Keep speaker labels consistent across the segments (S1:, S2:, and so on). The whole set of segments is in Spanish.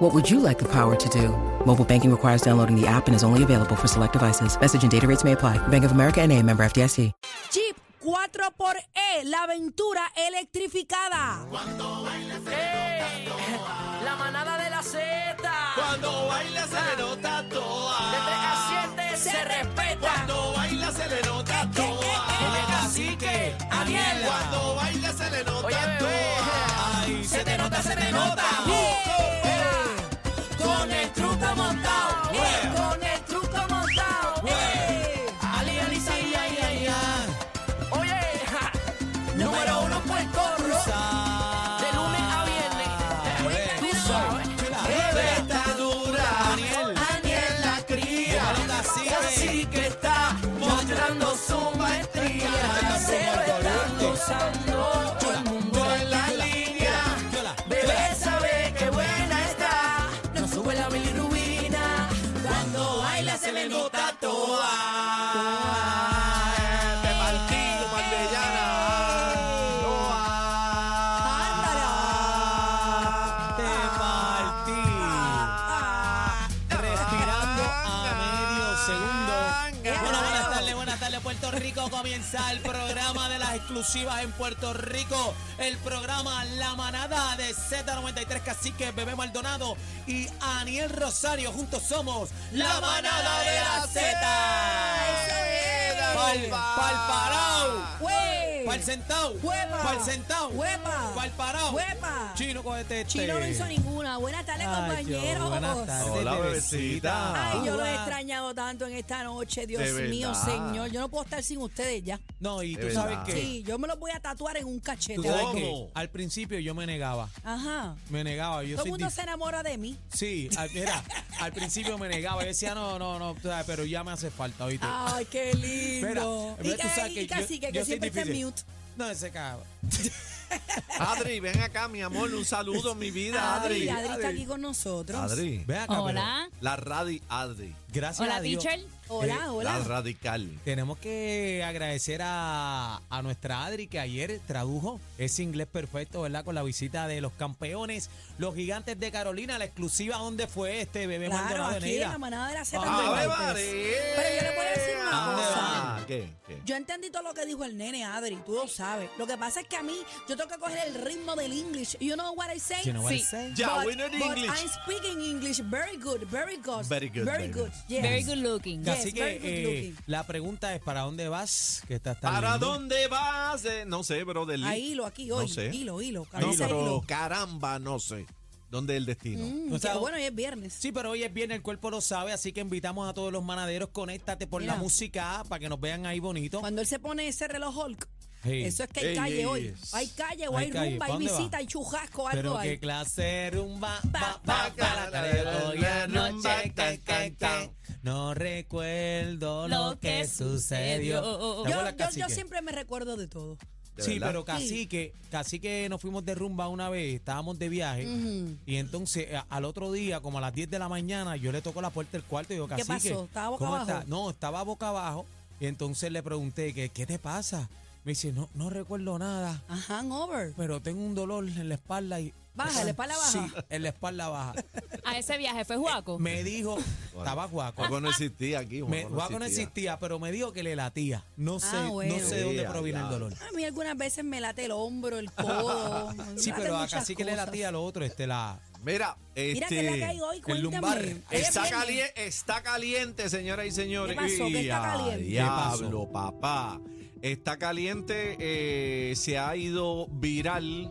S1: What would you like the power to do? Mobile banking requires downloading the app and is only available for select devices. Message and data rates may apply. Bank of America and a member FDIC.
S2: Jeep
S3: E,
S2: 4xE, la aventura electrificada.
S3: ¡Ey! La manada de la Z.
S4: Cuando baila se le nota
S3: De 3
S4: toa.
S3: a 7 se respeta.
S4: Cuando baila se le nota
S3: El
S4: toa.
S3: cacique, Aniel.
S4: Cuando baila se le
S3: Oye,
S4: nota
S3: bebé.
S4: toa. Ay,
S3: Se te nota, se te nota. ¡Ey! Con el truco montado. ¡Ey! Con el truco montado. ¡Ey! Ali, ali, sí, ay, ay, ay. Oye, ja. Número uno, Puerto Rico. De lunes a viernes. Tú sabes.
S4: bebé está dura. Aniel, Aniel la cría. Así que está mostrando su maestría.
S3: Se están gozando todo el mundo en la línea. Bebé sabe que buena está. No sube la bilirrubina. Cuando baila se le nota toda.
S4: Te partí, Marbellana. Toa.
S5: Te partí. Respirando a medio segundo. Bueno, buenas tardes, buenas tardes, Puerto Rico. Comienza el programa de las exclusivas en Puerto Rico. El programa La Manada de Z93 Cacique, Bebé Maldonado y Aniel Rosario. Juntos somos La Manada de la Z. Pal parao.
S2: ¡Wey!
S5: Pal sentao.
S2: Huepa.
S5: Pal sentao.
S2: Huepa.
S5: Pal parao.
S2: Huepa.
S5: Chino, cógete este.
S2: Chino no hizo ninguna. Buenas tardes,
S5: Ay,
S2: compañeros.
S5: yo, buenas tardes,
S4: Hola,
S5: bebecita.
S4: bebecita.
S2: Ay, yo lo he
S5: Hola.
S2: extrañado tanto en esta noche, Dios
S4: De
S2: mío,
S4: verdad.
S2: señor. Yo no puedo estar sin ustedes ya.
S5: No, y tú
S4: Es
S5: sabes
S4: verdad.
S5: que.
S2: Sí, yo me los voy a tatuar en un cachete.
S5: Tú sabes
S4: ¿Cómo?
S5: que al principio yo me negaba.
S2: Ajá.
S5: Me negaba. Yo
S2: Todo el
S5: soy
S2: mundo
S5: dif-
S2: se enamora de mí.
S5: Sí, al, mira, al principio me negaba. Yo decía, no, no, no, tú sabes, pero ya me hace falta, oíste.
S2: Ay, qué lindo.
S5: Espera,
S2: y
S5: tú sabes
S2: y
S5: que yo-
S2: cacique, que
S5: yo soy
S2: siempre está en
S5: difícil.
S2: mute.
S5: No, ese cabrón.
S4: Adri, ven acá, mi amor. Un saludo, mi vida,
S2: Adri,
S4: Adri.
S2: Adri está aquí con nosotros.
S4: Adri.
S5: Ve acá,
S6: Hola.
S4: La radi Adri.
S5: pero gracias
S6: Hola,
S5: a Dios.
S6: teacher.
S5: Eh,
S2: Hola,
S4: La
S2: hola.
S4: radical.
S5: Tenemos que agradecer a, a nuestra Adri que ayer tradujo ese inglés perfecto, ¿verdad? Con la visita de los campeones, los gigantes de Carolina, la exclusiva donde fue este bebé
S2: Claro,
S5: Maldonado en
S2: aquí en
S5: ella.
S2: la manada de la Z.
S5: Ah,
S2: no hay
S5: ve,
S2: golpes. Pero yo le puedo decir una cosa.
S4: Ah, ¿Qué? ¿Qué?
S2: Yo entendí todo lo que dijo el nene, Adri, tú lo sabes. Lo que pasa es que a mí, yo tengo que coger el ritmo del English. You know what I say?
S5: You know what I
S6: Sí.
S5: say?
S4: Ya,
S2: But-
S4: we know the
S2: but
S4: English.
S2: I'm speaking English very good, very good.
S4: Very good,
S2: Very
S4: baby.
S2: good, yes.
S6: Very good looking.
S2: Yes,
S5: Así
S2: very
S5: que
S2: good
S5: eh,
S2: looking.
S5: la pregunta es, ¿para dónde vas? Que estás tan
S4: ¿Para
S5: lindo.
S4: dónde vas? Eh, No sé, bro, del
S2: A hilo aquí hoy.
S4: No sé.
S2: Hilo, hilo.
S4: No,
S2: Cabeza de
S4: pero
S2: hilo.
S4: caramba, no sé. ¿Dónde es el destino?
S2: Mm,
S5: O sea,
S2: qué bueno, hoy es viernes.
S5: Sí, pero hoy es viernes, el cuerpo lo sabe, así que invitamos a todos los manaderos, conéctate por
S2: Mira.
S5: la música para que nos vean ahí bonito.
S2: Cuando él se pone ese reloj Hulk,
S5: Sí.
S2: eso es que hay
S4: Ey,
S2: calle
S4: ey,
S2: hoy.
S4: ey.
S2: Hay calle o
S5: Hay
S2: hay,
S5: calle.
S2: rumba,
S5: ¿Pa'
S2: hay
S5: dónde va?
S2: visita, hay chujasco, algo
S5: Pero
S2: hay.
S5: qué clase rumba,
S2: Pa, pa,
S5: pa, pa, pa, la tarde, hoy anoche,
S4: Rumba,
S5: que, que, que, no recuerdo lo que sucedió.
S6: Yo-
S5: ¿Te
S2: Yo,
S5: acuerdas,
S2: yo- yo
S5: cacique?
S2: siempre me recuerdo de todo.
S4: ¿De
S5: Sí,
S4: verdad?
S5: pero casi que, casi que nos fuimos de rumba una vez, estábamos de viaje, y entonces a- al otro día, como a las 10 de la mañana, yo le toco la puerta del cuarto y digo,
S2: ¿Qué
S5: casi que.
S2: pasó? ¿Estaba boca
S5: ¿cómo
S2: abajo?
S5: está?". No, estaba boca abajo, y entonces le pregunté, que, ¿qué te pasa? Me dice, no, no recuerdo nada,
S2: A hangover.
S5: pero tengo un dolor en la espalda y.
S2: Baja, la espalda baja.
S5: Sí, en la espalda baja.
S6: A ese viaje fue Juaco.
S5: Me dijo, estaba guaco.
S4: Juaco no existía aquí.
S5: Me, guaco no existía, pero me dijo que le latía. No sé,
S2: Ah, bueno.
S5: no sé de dónde
S4: Ya,
S5: proviene
S4: ya.
S5: el dolor.
S2: A mí algunas veces me late el hombro, el codo. me
S5: Sí,
S2: late
S5: pero a
S2: muchas
S5: casi que le
S2: cosas.
S5: latía lo otro, este la.
S4: Mira, este,
S2: Mira que la caigo hoy, cuéntame.
S5: lumbar
S2: Oye,
S4: Está
S2: bien,
S4: caliente, está caliente, señoras y señores.
S2: ¿Qué pasó? ¿Qué está
S4: ¡Ya,
S2: caliente?
S5: ¿Qué pasó?
S4: Diablo, papá. Está caliente, eh, se ha ido viral.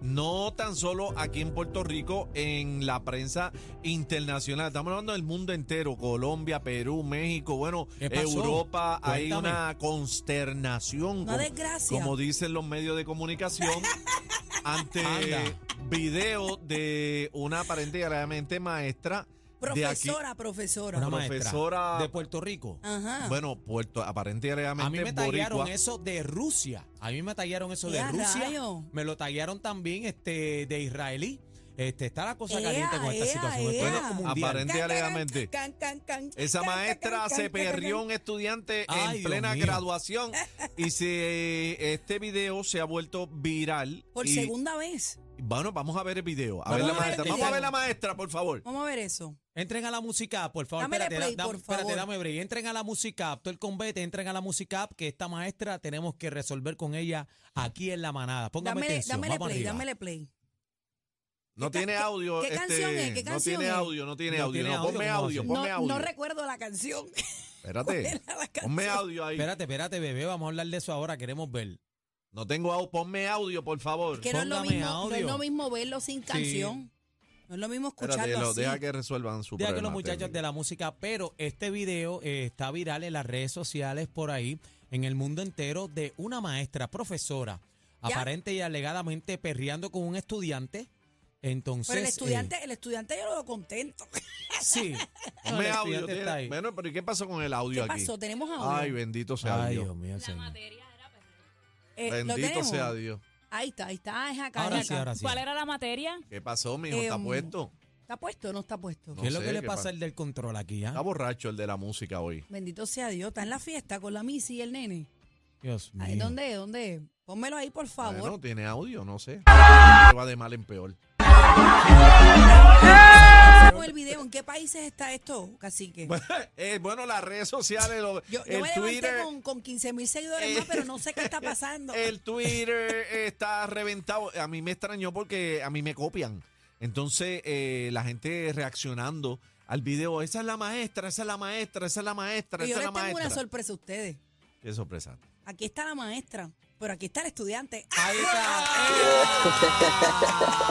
S4: No tan solo aquí en Puerto Rico, en la prensa internacional. Estamos hablando del mundo entero: Colombia, Perú, México, bueno,
S5: ¿Qué pasó?
S4: Europa. Hay
S5: Cuéntame.
S4: una consternación.
S2: Una
S4: como-
S2: desgracia.
S4: Como dicen los medios de comunicación, ante
S5: Anda.
S4: video de una aparente y alegadamente maestra de aquí.
S2: Profesora, profesora.
S5: Una maestra
S4: Profesora-
S5: de Puerto Rico.
S2: Ajá.
S4: Bueno, Puerto, aparentemente
S5: A mí me tallaron
S4: boricua.
S5: eso de Rusia. A mí me tallaron eso de
S2: ¡Ya,
S5: Rusia.
S2: rayo!
S5: Me lo tallaron también este de israelí. Este, está la cosa
S2: Ea,
S5: caliente con esta
S2: ea,
S5: situación. Esto
S2: ea.
S5: es mundial.
S4: aparente- alegadamente.
S2: Can, can, can, can,
S4: Esa
S2: can, can,
S4: maestra
S2: can,
S4: se
S2: can, can,
S4: perrió a
S2: can.
S4: un estudiante
S5: Ay,
S4: en
S5: Dios
S4: plena
S5: mío.
S4: graduación y se, este video se ha vuelto viral.
S2: Por
S4: y-
S2: segunda vez.
S4: Bueno, vamos a ver el video. A
S5: Vamos a
S4: ver la
S5: ver el
S4: maestra.
S5: video.
S4: Vamos a ver la maestra, por favor.
S2: Vamos a ver eso.
S5: Entren a la música, por favor.
S2: Dámele
S5: espérate,
S2: play,
S5: da- da-
S2: por
S5: espérate,
S2: favor.
S5: dame break. Entren a la música, app, todo el convete, entren a la música, app, que esta maestra tenemos que resolver con ella aquí en la manada. Póngame
S2: Dámele,
S5: atención,
S2: dámele
S5: vamos
S2: play,
S5: arriba.
S2: dámele play.
S4: No
S2: ¿Qué ca-
S4: tiene
S2: qué-
S4: audio.
S2: qué
S4: este,
S2: canción es? ¿Qué
S4: No
S2: canción
S4: tiene
S2: es?
S4: audio, no tiene
S5: No
S4: audio.
S5: tiene
S4: No,
S5: audio,
S4: ponme
S5: ¿cómo
S4: audio,
S5: hace?
S2: No,
S4: ponme
S2: no
S4: audio.
S2: recuerdo la canción. ¿Cuál
S4: Espérate.
S2: era la canción?
S4: Ponme audio ahí.
S5: Espérate, espérate, bebé, vamos a hablar de eso ahora, queremos ver.
S4: No tengo audio. Ponme audio, por favor.
S2: Que no es, lo
S5: Póngame
S2: mismo, no es
S5: audio.
S2: lo mismo verlo sin canción. No es lo mismo escucharlo
S4: Espérate, lo-
S2: así.
S4: deja que resuelvan su
S5: Deja que
S4: problema
S5: los muchachos
S4: técnico.
S5: de la música, pero este video eh, está viral en las redes sociales por ahí, en el mundo entero, de una maestra, profesora,
S2: Ya.
S5: aparente y alegadamente perreando con un estudiante. Entonces.
S2: Pero el
S5: eh,
S2: estudiante, el estudiante yo lo veo contento.
S5: sí. No,
S4: Ponme
S5: el
S4: audio.
S5: estudiante
S4: tiene-
S5: está ahí.
S4: Bueno, pero ¿y qué pasó con el
S2: ¿Qué
S4: audio aquí?
S2: pasó? Tenemos audio.
S4: Ay, bendito sea
S5: Ay,
S4: Dios.
S5: Dios mío, señor.
S2: Eh, ¿lo
S4: Bendito
S2: tenemos?
S4: sea Dios.
S2: Ahí está, ahí está. Es acá,
S5: Ahora
S2: es
S5: sí,
S2: acá.
S5: ahora sí.
S6: ¿Cuál era la materia?
S4: ¿Qué pasó, mijo?
S2: Eh,
S4: ¿Está
S2: um,
S4: puesto?
S2: ¿Está puesto o no está puesto?
S4: No.
S5: ¿Qué es lo
S4: sé,
S5: que le
S4: ¿qué
S5: pasa
S4: pasa?
S5: al del control aquí? ah?
S4: Está borracho el de la música hoy.
S2: Bendito sea Dios. Está en la fiesta con la Missy y el nene.
S5: Dios mío.
S2: Ay, ¿Dónde es? ¿Dónde es? Pónmelo ahí, por favor.
S4: Bueno, tiene audio, no sé. Va de mal en peor.
S2: Con el video, ¿en qué países está esto, cacique?
S4: Eh, bueno, las redes sociales, lo-
S2: yo yo
S4: el
S2: me levanté
S4: Twitter,
S2: con, con 15 mil seguidores más,
S4: Eh.
S2: pero no sé qué está pasando.
S4: el Twitter está reventado. A mí me extrañó porque a mí me copian. Entonces, eh, la gente reaccionando al video, esa es la maestra, esa es la maestra, esa es la maestra,
S2: Y yo
S4: esa es
S2: les
S4: la
S2: tengo una
S4: maestra.
S2: sorpresa a ustedes.
S4: Qué sorpresa.
S2: Aquí está la maestra, pero aquí está el estudiante. ¡Ah!
S5: Ahí está.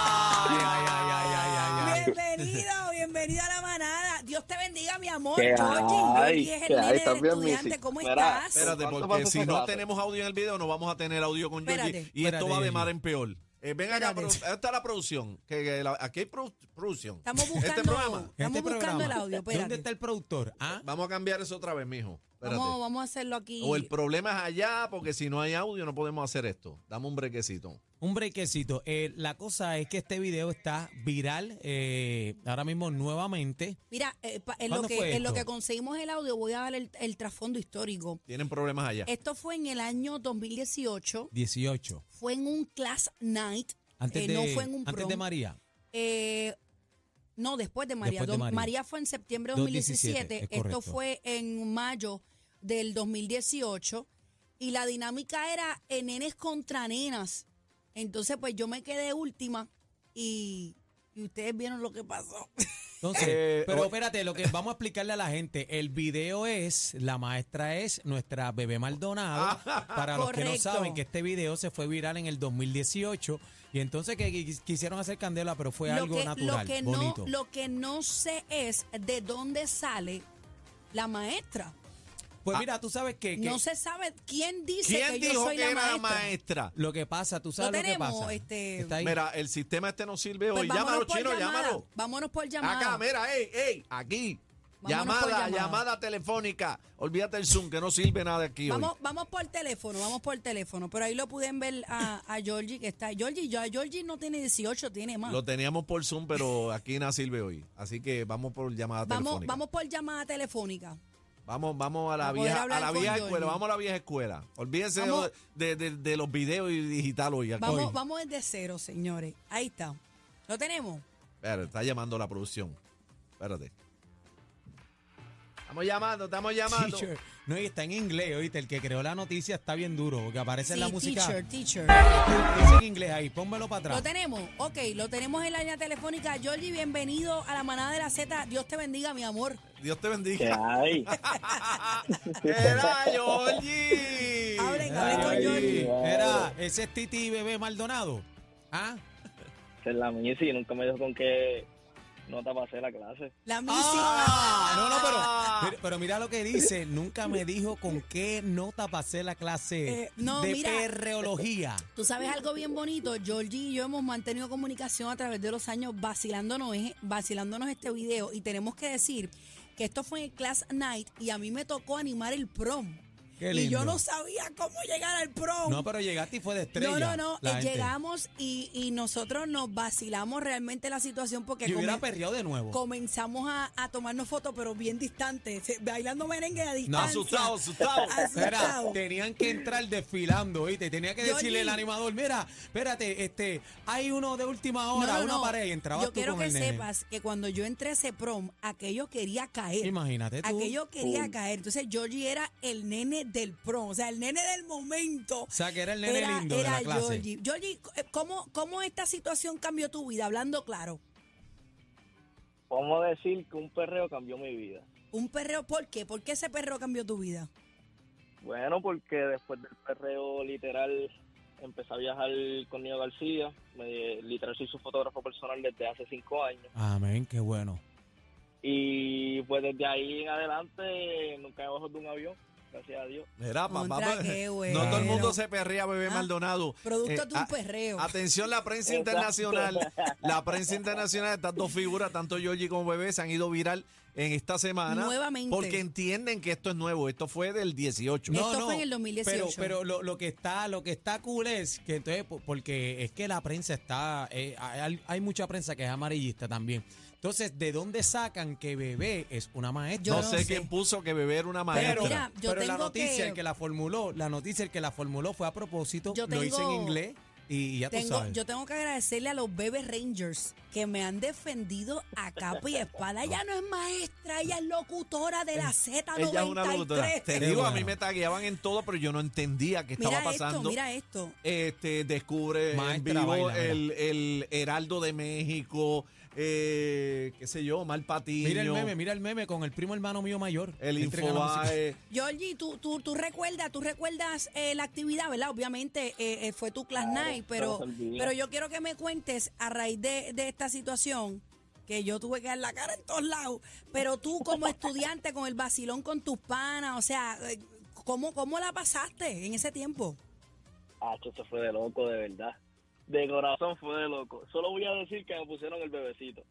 S5: Ay, ay, ay, ay, ay, ay, ay.
S2: Bienvenido, bienvenido a la manada. Dios te bendiga, mi amor.
S7: ¿Qué hay?
S2: Georgie, Georgie es el
S7: ¿Qué hay?
S2: nene del
S7: ¿Estás bien,
S2: estudiante.
S7: Missy?
S2: ¿Cómo
S7: Espera,
S2: estás?
S7: espera.
S4: Espérate,
S7: ¿Cuánto
S4: porque
S7: pasó
S4: si
S7: ese
S4: no
S7: rato?
S4: tenemos audio en el video, no vamos a tener audio con Georgie.
S2: Espérate.
S4: Y esto va
S5: Espérate,
S4: de mal
S5: Georgie.
S4: en peor. Eh, ven acá,
S2: Espérate.
S4: pro- ahí está la producción. Que, que la- aquí hay pro- producción.
S2: Estamos
S4: Este
S2: buscando,
S4: programa.
S5: Este
S2: estamos buscando el
S5: programa,
S2: audio.
S5: ¿Dónde
S2: Espérate.
S5: está el productor? ¿Ah?
S4: Vamos a cambiar eso otra vez, mijo. Espérate.
S2: Vamos, vamos a hacerlo aquí.
S4: O el problema es allá, porque si no hay audio no podemos hacer esto. Dame un brequecito.
S5: Un brequecito. Eh, la cosa es que este video está viral eh, ahora mismo nuevamente.
S2: Mira, eh, pa- en, lo
S5: ¿Cuándo fue
S2: que, en lo
S5: esto?
S2: que conseguimos el audio, voy a dar el, el trasfondo histórico.
S4: Tienen problemas allá.
S2: Esto fue en el año 2018.
S5: 18.
S2: Fue en un class night.
S5: Antes,
S2: eh,
S5: de,
S2: no fue en un
S5: antes
S2: prom.
S5: de María.
S2: Eh, no, después de María.
S5: Después de
S2: Dos-
S5: María.
S2: fue en septiembre de
S5: Dos
S2: 2017.
S5: diecisiete, es
S2: Esto
S5: correcto.
S2: fue en mayo del 2018. Y la dinámica era eh, nenes contra nenas. Entonces, pues yo me quedé última y, y ustedes vieron lo que pasó.
S5: Entonces,
S4: Eh,
S5: pero
S4: hoy-
S5: espérate, lo que vamos a explicarle a la gente, el video es, la maestra es nuestra bebé Maldonado. para los que no
S2: correcto.
S5: saben que este video se fue viral en el 2018 y entonces que qui- quisieron hacer candela, pero fue algo
S2: lo
S5: natural,
S2: que
S5: bonito.
S2: No, lo que no sé es de dónde sale la maestra.
S4: Ah.
S5: pues mira, tú sabes que, que
S2: No se sabe quién dice
S4: ¿Quién
S2: que yo
S4: dijo
S2: soy
S4: que era
S2: la
S4: la
S2: maestra.
S4: maestra?
S5: lo que pasa, tú sabes lo,
S2: tenemos,
S5: que pasa.
S2: este-
S5: Está ahí.
S4: Mira, el sistema este no sirve
S2: Pues
S4: hoy.
S2: vámonos
S4: llámalo,
S2: por
S4: chino,
S2: llamada,
S4: llámalo.
S2: Vámonos por llamada.
S4: Acá, mira, ey, ey, aquí.
S2: Vámonos
S4: Llamada,
S2: por
S4: llamada,
S2: llamada.
S4: telefónica. Olvídate el Zoom, que no sirve nada aquí
S2: Vamos,
S4: hoy.
S2: vamos por teléfono, vamos por teléfono. Pero ahí lo pueden ver a, a Georgie que está. Georgie, ya Georgie no tiene 18, tiene más.
S4: Lo teníamos por Zoom, pero aquí nada sirve hoy. Así que vamos por llamada
S2: Vamos,
S4: telefónica.
S2: vamos por llamada telefónica.
S4: Vamos, vamos a la
S2: A poder
S4: vieja, a
S2: hablar
S4: la
S2: con
S4: vieja
S2: Jordi.
S4: escuela, vamos a la vieja escuela. Olvídense
S2: Vamos.
S4: de, de- de los videos y digital hoy. aquí.
S2: Vamos,
S4: Hoy.
S2: vamos desde cero, señores. Ahí está. Lo tenemos.
S4: Espera, está llamando la producción. Espérate. Estamos llamando, estamos llamando.
S5: Teacher. No, y está en inglés, oíste, el que creó la noticia está bien duro, porque aparece en la
S2: Sí,
S5: música.
S2: teacher, teacher.
S5: Dice en inglés ahí, pónmelo para
S2: Lo
S5: atrás.
S2: tenemos, ok, lo tenemos en la línea telefónica. Georgie, bienvenido a la manada de la Z. Dios te bendiga, mi amor.
S4: Dios te
S7: ¿Qué
S4: bendiga.
S7: hay?
S4: ¡Era Georgie!
S2: Hablen, hablen con
S5: Ay,
S2: Georgie.
S5: Era, ese es Titi Bebé Maldonado. ¿Ah?
S7: Se la mía, sí, nunca me dijo con qué No te pasé la clase.
S2: La misi.
S5: Ah, no, no, pero, pero, pero mira lo que dice. Nunca me dijo con qué nota pasé la clase
S2: Eh, no,
S5: de
S2: mira.
S5: perreología.
S2: Tú sabes algo bien bonito, Georgie y yo hemos mantenido comunicación a través de los años vacilándonos, eh, vacilándonos este video y tenemos que decir que esto fue en el Class Night y a mí me tocó animar el prom.
S5: Qué
S2: Y yo
S5: lindo.
S2: no sabía cómo llegar al prom.
S5: No, pero llegaste y fue de estrella.
S2: no, no, no,
S5: la
S2: eh,
S5: gente.
S2: llegamos y, y nosotros nos vacilamos realmente la situación porque
S5: Yo hubiera
S2: come-
S5: perreado de nuevo.
S2: comenzamos a, a tomarnos fotos pero bien distantes, se- bailando merengue a distancia.
S4: Asustado, asustado.
S5: Espera,
S2: asustado.
S5: tenían que entrar desfilando, ¿oíste? Tenía que
S2: Georgie.
S5: decirle al animador, mira, espérate, este, hay uno de última hora,
S2: No, no,
S5: una
S2: no.
S5: pared, y entrabas
S2: Yo
S5: tú
S2: quiero
S5: con
S2: que
S5: el nene.
S2: sepas que cuando yo entré a ese prom, aquello quería caer.
S5: Imagínate tú.
S2: Aquello quería
S7: Uy.
S2: caer. Entonces, Georgie era el nene del prom, o sea, el nene del momento.
S5: O sea, que era el nene
S2: era
S5: lindo de
S2: era
S5: la clase.
S2: Georgie. Georgie, eh, ¿cómo, ¿cómo esta situación cambió tu vida? Hablando claro.
S7: Vamos a decir que un perreo cambió mi vida.
S2: Un perreo, ¿por qué? ¿Por qué ese perreo cambió tu vida?
S7: Bueno, porque después del perreo, literal, empecé a viajar con Nino García. Me, literal, soy su fotógrafo personal desde hace cinco años.
S5: Amén, qué bueno.
S7: Y pues desde ahí en adelante nunca he bajado de un avión, gracias a Dios.
S4: Mira, papá,
S2: Contra, qué bueno.
S4: no todo el mundo se perrea, bebé
S2: Ah,
S4: Maldonado. Eh,
S2: producto
S5: Eh,
S2: de un
S5: ah,
S4: a-
S2: perreo.
S4: Atención, la prensa internacional. La prensa internacional, estas dos figuras, tanto Georgie como bebé, se han ido viral en esta semana.
S2: Nuevamente.
S4: Porque entienden que esto es nuevo. Esto fue del 18.
S2: Esto fue en el 2018.
S5: Pero, pero lo, lo que está, lo que está cool es que entonces, po- porque es que la prensa está, eh, hay, hay mucha prensa que es amarillista también. Entonces, ¿de dónde sacan que bebé es una maestra?
S2: yo
S4: no,
S2: no
S4: sé,
S2: sé.
S4: quién puso que bebé era
S5: Pero,
S4: una maestra.
S2: Mira, yo
S5: pero la
S2: tengo
S5: noticia,
S2: que-
S5: el que la formuló, la noticia, el que la formuló fue a propósito,
S2: Yo
S5: lo hice en
S2: tengo-
S5: inglés y ya tú
S2: Tengo,
S5: sabes.
S2: yo tengo que agradecerle a los Bebe Rangers que me han defendido a capa y espada. Ella no es maestra, ella es locutora de la Z93.
S4: Ella es una locutora. Te
S5: Qué
S4: digo, a
S5: bueno.
S4: mí me tagueaban en todo, pero yo no entendía qué estaba
S2: Mira
S4: pasando.
S2: esto, mira esto.
S4: Este, descubre en
S5: Maestra,
S4: vivo
S5: baila, mira.
S4: el, el Heraldo de México, eh, qué sé yo, Mal Patiño,
S5: Mira el meme, mira el meme con el primo hermano mío mayor.
S4: el
S5: Entrega la música.
S4: Infobae. Eh,
S2: Georgie, tú, tú, tú recuerdas, tú recuerdas eh, la actividad, ¿verdad? Obviamente eh, eh, fue tu class
S7: Claro,
S2: night, pero,
S7: no se olvida.
S2: pero yo quiero que me cuentes a raíz de, de esta situación que yo tuve que dar la cara en todos lados, pero tú como estudiante con el vacilón con tus panas, o sea, eh, ¿cómo, cómo la pasaste en ese tiempo?
S7: Ah, esto se fue de loco, de verdad. De corazón fue de loco. Solo voy a decir que me pusieron el bebecito.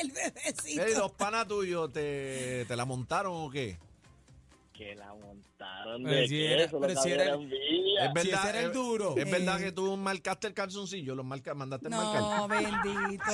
S2: El bebecito.
S4: Ey, los panas tuyos, ¿te, ¿te la montaron o qué?
S7: Que la montaron
S5: Pero
S7: de
S5: si
S7: que
S5: era-
S7: eso,
S5: pero
S7: lo
S5: si era
S7: era
S5: el-
S4: Es
S5: Si ese era el
S4: es-
S5: duro.
S4: Es verdad que tú marcaste el calzoncillo, los marca, mandaste
S2: Eh. No, bendito.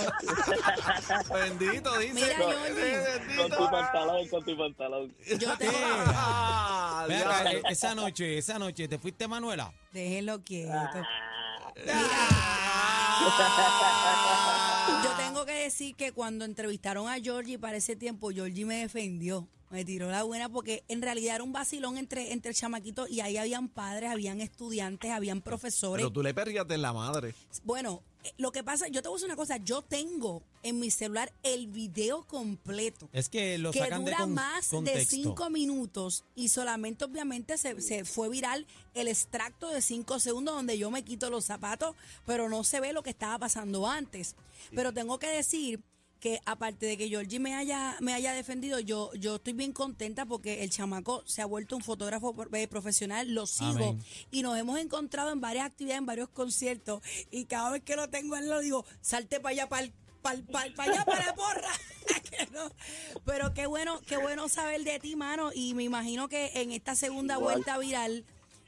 S4: marcar. Bendito, dice.
S2: Mira,
S4: Con-
S2: Johnny.
S4: eh,
S7: Con tu
S4: bendito.
S7: pantalón, con tu pantalón.
S2: Yo tengo,
S4: Ah,
S5: Ve acá,
S4: diablo.
S5: eh, esa noche, esa noche, ¿te fuiste Manuela?
S2: déjelo quieto.
S4: Ah.
S2: Yo tengo que decir que cuando entrevistaron a Georgie para ese tiempo, Georgie me defendió. Me tiró la buena porque en realidad era un vacilón entre, entre chamaquitos y ahí habían padres, habían estudiantes, habían profesores.
S4: Pero tú le perriaste en la madre.
S2: Bueno, eh, lo que pasa, yo te voy a decir una cosa, yo tengo en mi celular el video completo
S5: Es que lo
S2: que
S5: sacan de
S2: dura
S5: con-
S2: más de
S5: contexto.
S2: cinco minutos y solamente obviamente se, se fue viral el extracto de cinco segundos donde yo me quito los zapatos, pero no se ve lo que estaba pasando antes. Pero tengo que decir que aparte de que Georgie me haya, me haya defendido, yo, yo estoy bien contenta porque el chamaco se ha vuelto un fotógrafo pro- eh, profesional, lo sigo
S5: Amén.
S2: y nos hemos encontrado en varias actividades, en varios conciertos y cada vez que lo tengo a él lo digo, salte para allá, para allá, para la porra. Que no. Pero qué bueno, qué bueno saber de ti, mano, y me imagino que en esta segunda vuelta viral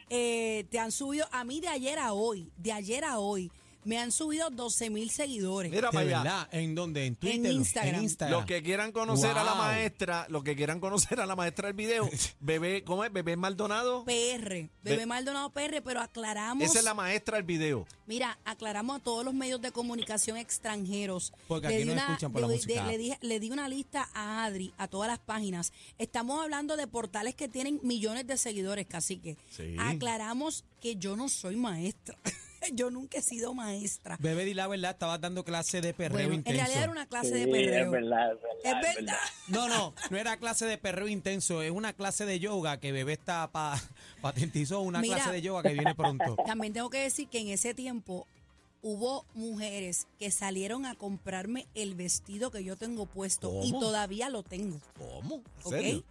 S2: eh, te han subido, a mí de ayer a hoy, de ayer a hoy, me han subido 12 mil seguidores.
S4: Mira
S5: De
S4: para allá.
S5: verdad, ¿en dónde? En Twitter,
S2: Instagram.
S5: en Instagram.
S4: Los que quieran conocer a la
S5: Wow.
S4: maestra, los que quieran conocer a la maestra del video, bebé, ¿cómo es? Bebé Maldonado.
S2: PR,
S4: Ve-
S2: Bebé Maldonado PR, pero aclaramos,
S4: Esa es la maestra del video.
S2: mira, aclaramos a todos los medios de comunicación extranjeros.
S5: Porque
S2: Le
S5: aquí
S2: di
S5: nos
S2: una-
S5: escuchan por la
S2: le-
S5: música.
S2: le dije- le di una lista a Adri, a todas las páginas. Estamos hablando de portales que tienen millones de seguidores, cacique.
S4: Sí.
S2: Aclaramos que yo no soy maestra. yo nunca he sido maestra.
S5: Bebé, di la verdad, estabas dando clase de perreo
S2: Bueno, en
S5: intenso.
S2: realidad era una clase de
S7: Sí,
S2: perreo.
S7: es verdad, es
S2: Es
S7: verdad.
S2: verdad.
S5: No, no, no era clase de perreo intenso, es una clase de yoga que Bebé está pa- patentizó, una
S2: Mira.
S5: clase de yoga que viene pronto.
S2: También tengo que decir que en ese tiempo hubo mujeres que salieron a comprarme el vestido que yo tengo puesto y
S4: ¿Cómo?
S2: todavía lo tengo.
S4: ¿Cómo? ¿En
S2: ¿ok?
S4: serio?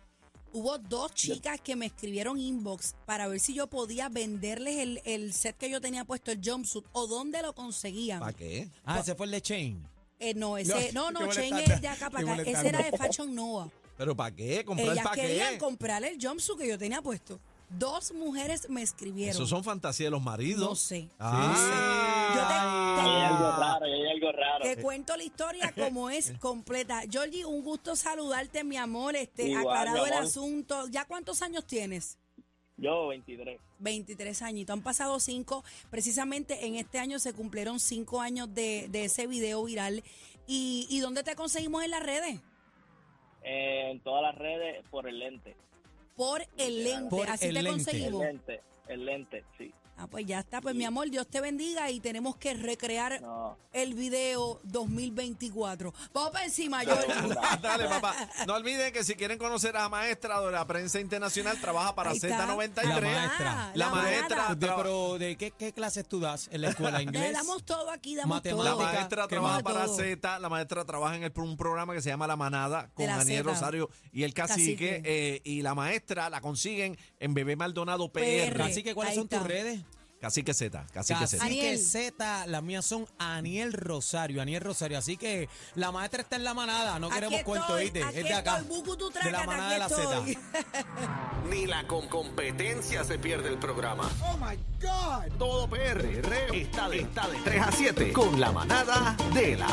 S2: Hubo dos chicas que me escribieron inbox para ver si yo podía venderles el, el set que yo tenía puesto, el jumpsuit, o dónde lo conseguían.
S4: ¿Para qué?
S5: Ah, ese fue el de Chain.
S2: Eh, no, ese, no,
S5: No,
S2: no,
S5: qué
S2: Chen
S5: molestando,
S2: es de acá para
S5: qué
S2: acá. Ese
S5: molestando.
S2: era de Fashion Nova.
S4: ¿Pero para qué? ¿Comprar
S2: Ellas
S4: para
S2: querían
S4: qué?
S2: comprar el jumpsuit que yo tenía puesto. Dos mujeres me escribieron.
S4: Eso son Ah, fantasías de los maridos.
S2: No sé.
S4: Ah.
S2: Yo
S7: Hay algo raro, hay algo raro.
S2: Te cuento la historia como es completa. Georgie, un gusto saludarte, mi amor. Este,
S7: Igual,
S2: aclarado
S7: mi
S2: el
S7: amor.
S2: asunto. ¿Ya cuántos años tienes?
S7: Yo, 23.
S2: 23 añitos. Han pasado cinco. Precisamente en este año se cumplieron cinco años de, de ese video viral. ¿Y, ¿Y dónde te conseguimos en las redes?
S7: Eh, en todas las redes, por el lente.
S2: Por el lente.
S5: Por
S2: Así
S5: el
S2: te
S5: lente.
S7: El
S2: conseguimos.
S7: lente, el lente, sí.
S2: Ah, pues ya está. Pues mi amor, Dios te bendiga y tenemos que recrear
S7: No.
S2: el video 2024. Vamos para encima, Georgie.
S4: Ah, Dale, papá. No olviden que si quieren conocer a la maestra de la prensa internacional, trabaja para
S2: Ahí está. Ah,
S5: La
S4: Z93.
S5: maestra.
S4: La maestra.
S5: De- pero, ¿de qué, qué clases tú das en la escuela
S2: Le
S5: inglés?
S2: damos todo aquí, damos
S4: La
S5: Matemática.
S2: todo.
S4: maestra
S5: Qué
S4: trabaja
S5: mal
S4: para
S2: todo.
S4: Z, la maestra trabaja en el- un programa que se llama La Manada con
S2: la
S4: Daniel
S2: Zeta.
S4: Rosario y el cacique.
S2: Cacique.
S4: eh, y la maestra la consiguen en Bebé Maldonado
S2: PR.
S4: PR.
S5: Así que, ¿cuáles
S2: Ahí
S5: son tus
S2: está.
S5: redes?
S4: Cacique Z, Cacique Z.
S5: Así que
S2: Aniel.
S5: Z, las mías son Aniel Rosario, Aniel Rosario. Así que la maestra está en la manada, no queremos cuento,
S2: estoy,
S5: ¿oíste?
S2: aquí
S5: Es de acá.
S2: estoy, bucu, tú
S5: de la
S2: trácata,
S5: manada de la
S2: aquí
S5: Z.
S2: estoy.
S8: Ni la con competencia se pierde el programa. Oh my God. Todo PR está de, está de 3 a 7 con la manada de la